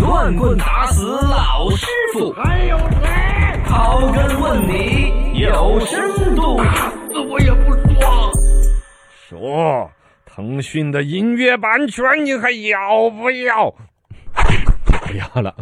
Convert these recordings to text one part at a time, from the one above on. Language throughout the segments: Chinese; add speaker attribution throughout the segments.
Speaker 1: 乱棍打死老师傅，
Speaker 2: 还有谁？
Speaker 1: 刨根问底有深度。
Speaker 2: 死我也不说。
Speaker 3: 说，腾讯的音乐版权你还要不要？不要了，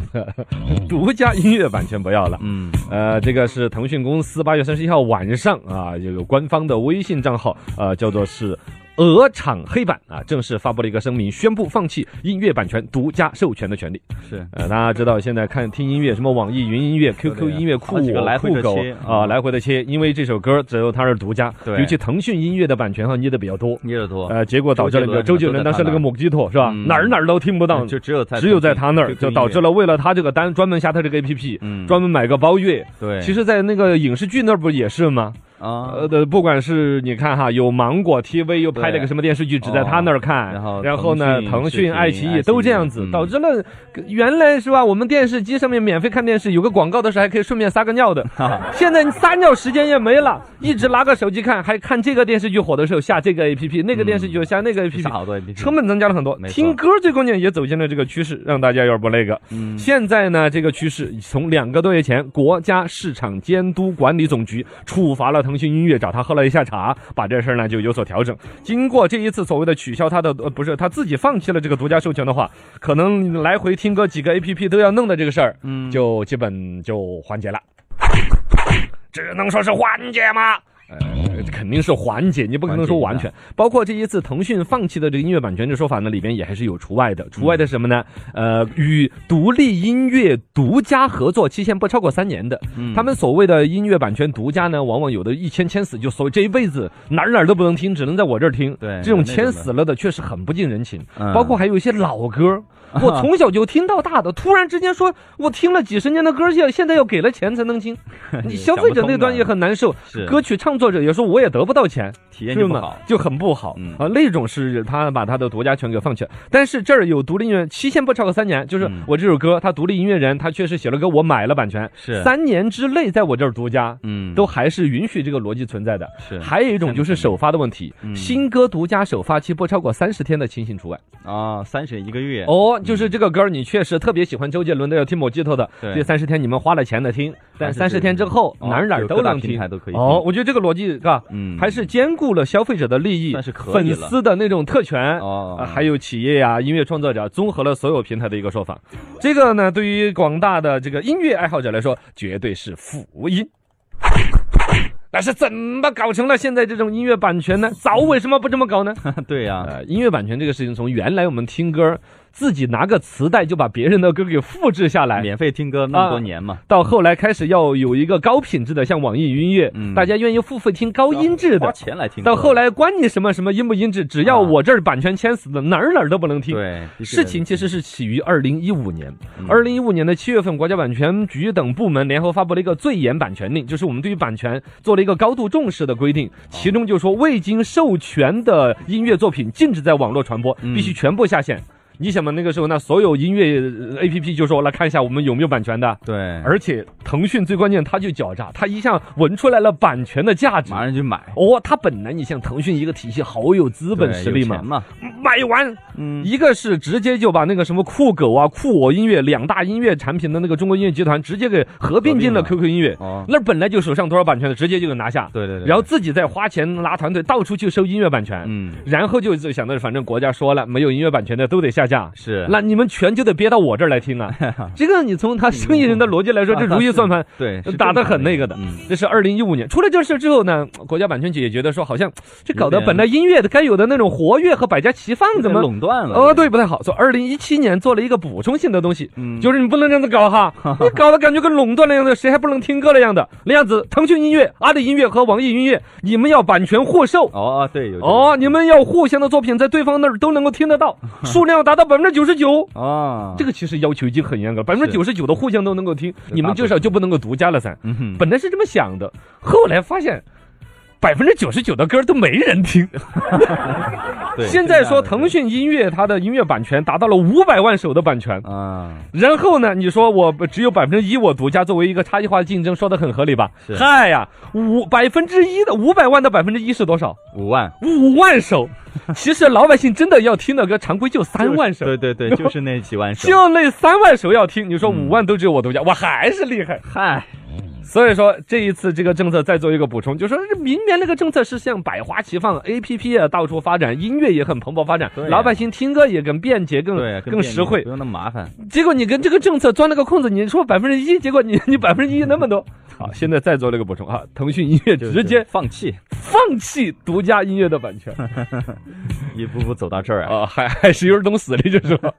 Speaker 3: 独家音乐版权不要了。
Speaker 1: 嗯，
Speaker 3: 呃，这个是腾讯公司八月三十一号晚上啊，有有官方的微信账号，呃，叫做是。鹅厂黑板啊，正式发布了一个声明，宣布放弃音乐版权独家授权的权利。
Speaker 1: 是
Speaker 3: 呃，大家知道现在看听音乐，什么网易云音乐、QQ
Speaker 1: 对啊
Speaker 3: 音乐、酷
Speaker 1: 好几个来
Speaker 3: 我、
Speaker 1: 回
Speaker 3: 酷
Speaker 1: 着
Speaker 3: 狗
Speaker 1: 切
Speaker 3: 啊，
Speaker 1: 嗯
Speaker 3: 来回的切，因为这首歌只有它是独家，
Speaker 1: 对
Speaker 3: 尤其腾讯音乐的版权上捏的比较多。
Speaker 1: 捏得多，
Speaker 3: 呃，结果导致了一个周
Speaker 1: 周杰
Speaker 3: 杰
Speaker 1: 伦
Speaker 3: 伦当时那个母鸡头是吧
Speaker 1: 嗯，
Speaker 3: 哪儿哪儿都听不呃到，
Speaker 1: 就只有在
Speaker 3: 只有在他那儿，
Speaker 1: QQ 音
Speaker 3: 就
Speaker 1: 乐
Speaker 3: 导致了为了他这个单专门下他这个 A P P，
Speaker 1: 嗯
Speaker 3: 专门买个包月。
Speaker 1: 对，
Speaker 3: 其实，在那个影视剧那儿不也是吗？
Speaker 1: 啊，
Speaker 3: 呃的，不管是你看哈，有芒果 TV 又拍了
Speaker 1: 对哦
Speaker 3: 个什么电视剧，只在他那儿看，
Speaker 1: 然后
Speaker 3: 呢，
Speaker 1: 腾讯
Speaker 3: 腾
Speaker 1: 视频
Speaker 3: 讯、爱奇
Speaker 1: 爱奇
Speaker 3: 艺
Speaker 1: 艺
Speaker 3: 都这样子
Speaker 1: 嗯，
Speaker 3: 导致了原来是吧，我们电视机上面免费看电视，有个广告的时候还可以顺便撒个尿的，
Speaker 1: 啊
Speaker 3: 现在撒尿时间也没了，一直拿个手机看，还看这个电视剧火的时候下这个 APP，那个电视剧下那个 APP，、
Speaker 1: 嗯下好多 APP，
Speaker 3: 成本增加了很多
Speaker 1: 没。错
Speaker 3: 听歌最关键也走进了这个趋势，让大家有点不那个。
Speaker 1: 嗯
Speaker 3: 现在呢，这个趋势从两个多月前，国家市场监督管理总局处罚了腾讯音乐，找他喝了一下茶，把这事儿呢就有所调整。经过这一次所谓的取消他的，呃，不是他自己放弃了这个独家授权的话，可能来回听歌几个 APP 都要弄的这个事儿，
Speaker 1: 嗯
Speaker 3: 就基本就缓解了。只能说是缓解吗？
Speaker 1: 哎
Speaker 3: 呃，肯定是缓解，你不可能说完全。包括这一次腾讯放弃的这个音乐版权这说法呢，里边也还是有除外的。除
Speaker 1: 嗯
Speaker 3: 外的是什么呢？呃，与独立音乐独家合作期限不超过三年的，
Speaker 1: 嗯
Speaker 3: 他们所谓的音乐版权独家呢，往往有的一签签死，就所谓这一辈子哪儿哪儿都不能听，只能在我这儿听。
Speaker 1: 对
Speaker 3: 这种
Speaker 1: 有那种
Speaker 3: 签
Speaker 1: 的
Speaker 3: 死了的确实很不近人情。
Speaker 1: 嗯
Speaker 3: 包括还有一些老歌，我从小就听到大的，突然之间说我听了几十年的歌，现现在要给了钱才能听，
Speaker 1: 呃
Speaker 3: 你消费者那端也很难受
Speaker 1: 是。
Speaker 3: 歌曲创作者也说我也得不到钱，
Speaker 1: 体验就不
Speaker 3: 是吗
Speaker 1: 好，
Speaker 3: 就很不好、
Speaker 1: 嗯
Speaker 3: 啊。那种是他把他的独家权给放弃了，但是这儿有独立音乐期限不超过三年，就是
Speaker 1: 嗯
Speaker 3: 我这首歌，他独立音乐人他确实写了歌，我买了版权，
Speaker 1: 是
Speaker 3: 三年之内在我这儿独家，
Speaker 1: 嗯
Speaker 3: 都还是允许这个逻辑存在的。
Speaker 1: 是
Speaker 3: 还有一种就是首发的问题，
Speaker 1: 嗯
Speaker 3: 新歌独家首发期不超过三十天的情形除外。
Speaker 1: 啊，三十一个月，
Speaker 3: 哦，就是这个歌儿，你确实特别喜欢周杰伦的，要听某鸡头的，
Speaker 1: 对
Speaker 3: 这三十天你们花了钱的听，但
Speaker 1: 还是
Speaker 3: 三十天之后
Speaker 1: 哦
Speaker 3: 哪儿哪儿
Speaker 1: 有
Speaker 3: 都
Speaker 1: 各大
Speaker 3: 能
Speaker 1: 平
Speaker 3: 听
Speaker 1: 台都可以听
Speaker 3: 哦，我觉得这个逻辑是吧？
Speaker 1: 嗯
Speaker 3: 还是兼顾了消费者的利益，
Speaker 1: 算是可以
Speaker 3: 粉
Speaker 1: 了
Speaker 3: 丝的那种特权
Speaker 1: 哦
Speaker 3: 啊还有企业呀、音乐创作者，综合了所有平台的一个说法。这个呢，对于广大的这个音乐爱好者来说，绝对是福音。但是怎么搞成了现在这种音乐版权呢？早为什么不这么搞呢？
Speaker 1: 对呀，
Speaker 3: 呃，音乐版权这个事情，从原来我们听歌，自己拿个磁带就把别人的歌给复制下来。
Speaker 1: 免费听歌
Speaker 3: 啊
Speaker 1: 那么多年嘛，
Speaker 3: 到后来开始要有一个高品质的，像网易云音乐，
Speaker 1: 嗯
Speaker 3: 大家愿意付费听高音质
Speaker 1: 花
Speaker 3: 的。
Speaker 1: 钱来听歌，
Speaker 3: 到后来关你什么什么音不音质，只要
Speaker 1: 啊
Speaker 3: 我这儿版权签死的，哪儿哪儿都不能听。
Speaker 1: 对
Speaker 3: 事情其实是起于二零一五年
Speaker 1: 嗯，
Speaker 3: 二零一五年的七月份，国家版权局等部门联合发布了一个最严版权令，就是我们对于版权做了一个高度重视的规
Speaker 1: 哦
Speaker 3: 定，其中就说未经授权的音乐作品禁止在网络传播，
Speaker 1: 嗯
Speaker 3: 必须全部下线。你想嘛，那个时候那所有音乐呃 APP 就说来看一下我们有没有版权的，
Speaker 1: 对，
Speaker 3: 而且腾讯最关键它就狡诈，它一下闻出来了版权的价值。
Speaker 1: 马上就买，
Speaker 3: 哦，它本来你像腾讯一个体系好有资本
Speaker 1: 对
Speaker 3: 实力
Speaker 1: 有
Speaker 3: 嘛
Speaker 1: 钱，嘛，
Speaker 3: 买完
Speaker 1: 嗯，
Speaker 3: 一个是直接就把那个什么酷狗啊、酷我音乐两大音乐产品的那个中国音乐集团直接给合并进了
Speaker 1: 合并
Speaker 3: QQ 音乐，
Speaker 1: 哦，
Speaker 3: 那本来就手上多少版权的，直接就给拿下，
Speaker 1: 对对对，
Speaker 3: 然后自己再花钱拉团队到处去收音乐版权，
Speaker 1: 嗯
Speaker 3: 然后就就想的是反正国家说了没有音乐版权的都得下架。
Speaker 1: 是
Speaker 3: 那你们全就得憋到我这儿来听 啊！这个你从他生意人的逻辑来说，这如意算盘
Speaker 1: 对是
Speaker 3: 打得
Speaker 1: 正常
Speaker 3: 很那个的
Speaker 1: 嗯，
Speaker 3: 这是二零一五年出了这事之后呢，国家版权局也觉得说，好像这搞得
Speaker 1: 有点
Speaker 3: 本来音乐的该有的那种活跃和百家齐放，怎么
Speaker 1: 垄断了？
Speaker 3: 哦，对，不太好。所以二零一七年做了一个补充性的东西，
Speaker 1: 嗯
Speaker 3: 就是你不能这样子搞 哈，你搞得感觉跟垄断那样的，谁还不能听歌那样的？那样子，腾讯音乐、阿里音乐和网易云音乐，你们要版权互授。
Speaker 1: 哦，对，有这个
Speaker 3: 哦，你们要互相的作品在对方那儿都能够听得 到，数量达到百分之九十九。
Speaker 1: 哦，
Speaker 3: 这
Speaker 1: 个
Speaker 3: 个其实要求已经很严格了，百分之九十九的互相都能够听，你们至少就不能够独家了噻。
Speaker 1: 嗯哼
Speaker 3: 本来是这么想的，后来发现百分之九十九的歌都没 人听。
Speaker 4: 对，
Speaker 3: 现在说腾讯音乐它的音乐版权达到了五百万首的版权，
Speaker 4: 啊，
Speaker 3: 然后呢，你说我只有百分之一我独家，作为一个差异化竞争，说的很合理吧
Speaker 4: 是？
Speaker 3: 嗨呀，五百分之一的五百万的百分之一是多少？
Speaker 4: 五万
Speaker 3: 五万首。其实老百姓真的要听的歌，常规就三万首。
Speaker 4: 对对 对，就是那几万首。
Speaker 3: 就那三万首要听，你
Speaker 4: 嗯
Speaker 3: 说五万都只有我独家，我还是厉害。
Speaker 4: 嗨，
Speaker 3: 所以说这一次这个政策再做一个补充，就说这明年那个政策是像百花齐放，A P P 啊到处发展，音乐也很蓬勃发展
Speaker 4: 对，
Speaker 3: 老百姓听歌也更便捷、更
Speaker 4: 对，啊
Speaker 3: 更
Speaker 4: 便利
Speaker 3: 实惠
Speaker 4: 不。用那么麻烦。
Speaker 3: 结果你跟这个政策钻了个空子，你说百分之一，结果你 你百分之一那么多。
Speaker 4: 嗯
Speaker 3: 好，现在再做了个补充啊，腾讯音乐
Speaker 4: 就
Speaker 3: 直
Speaker 4: 是
Speaker 3: 接
Speaker 4: 放弃，
Speaker 3: 放弃独 家音乐的版权哦
Speaker 4: 一步步走到这儿啊。
Speaker 3: 啊，还还是有点懂死的，就是了。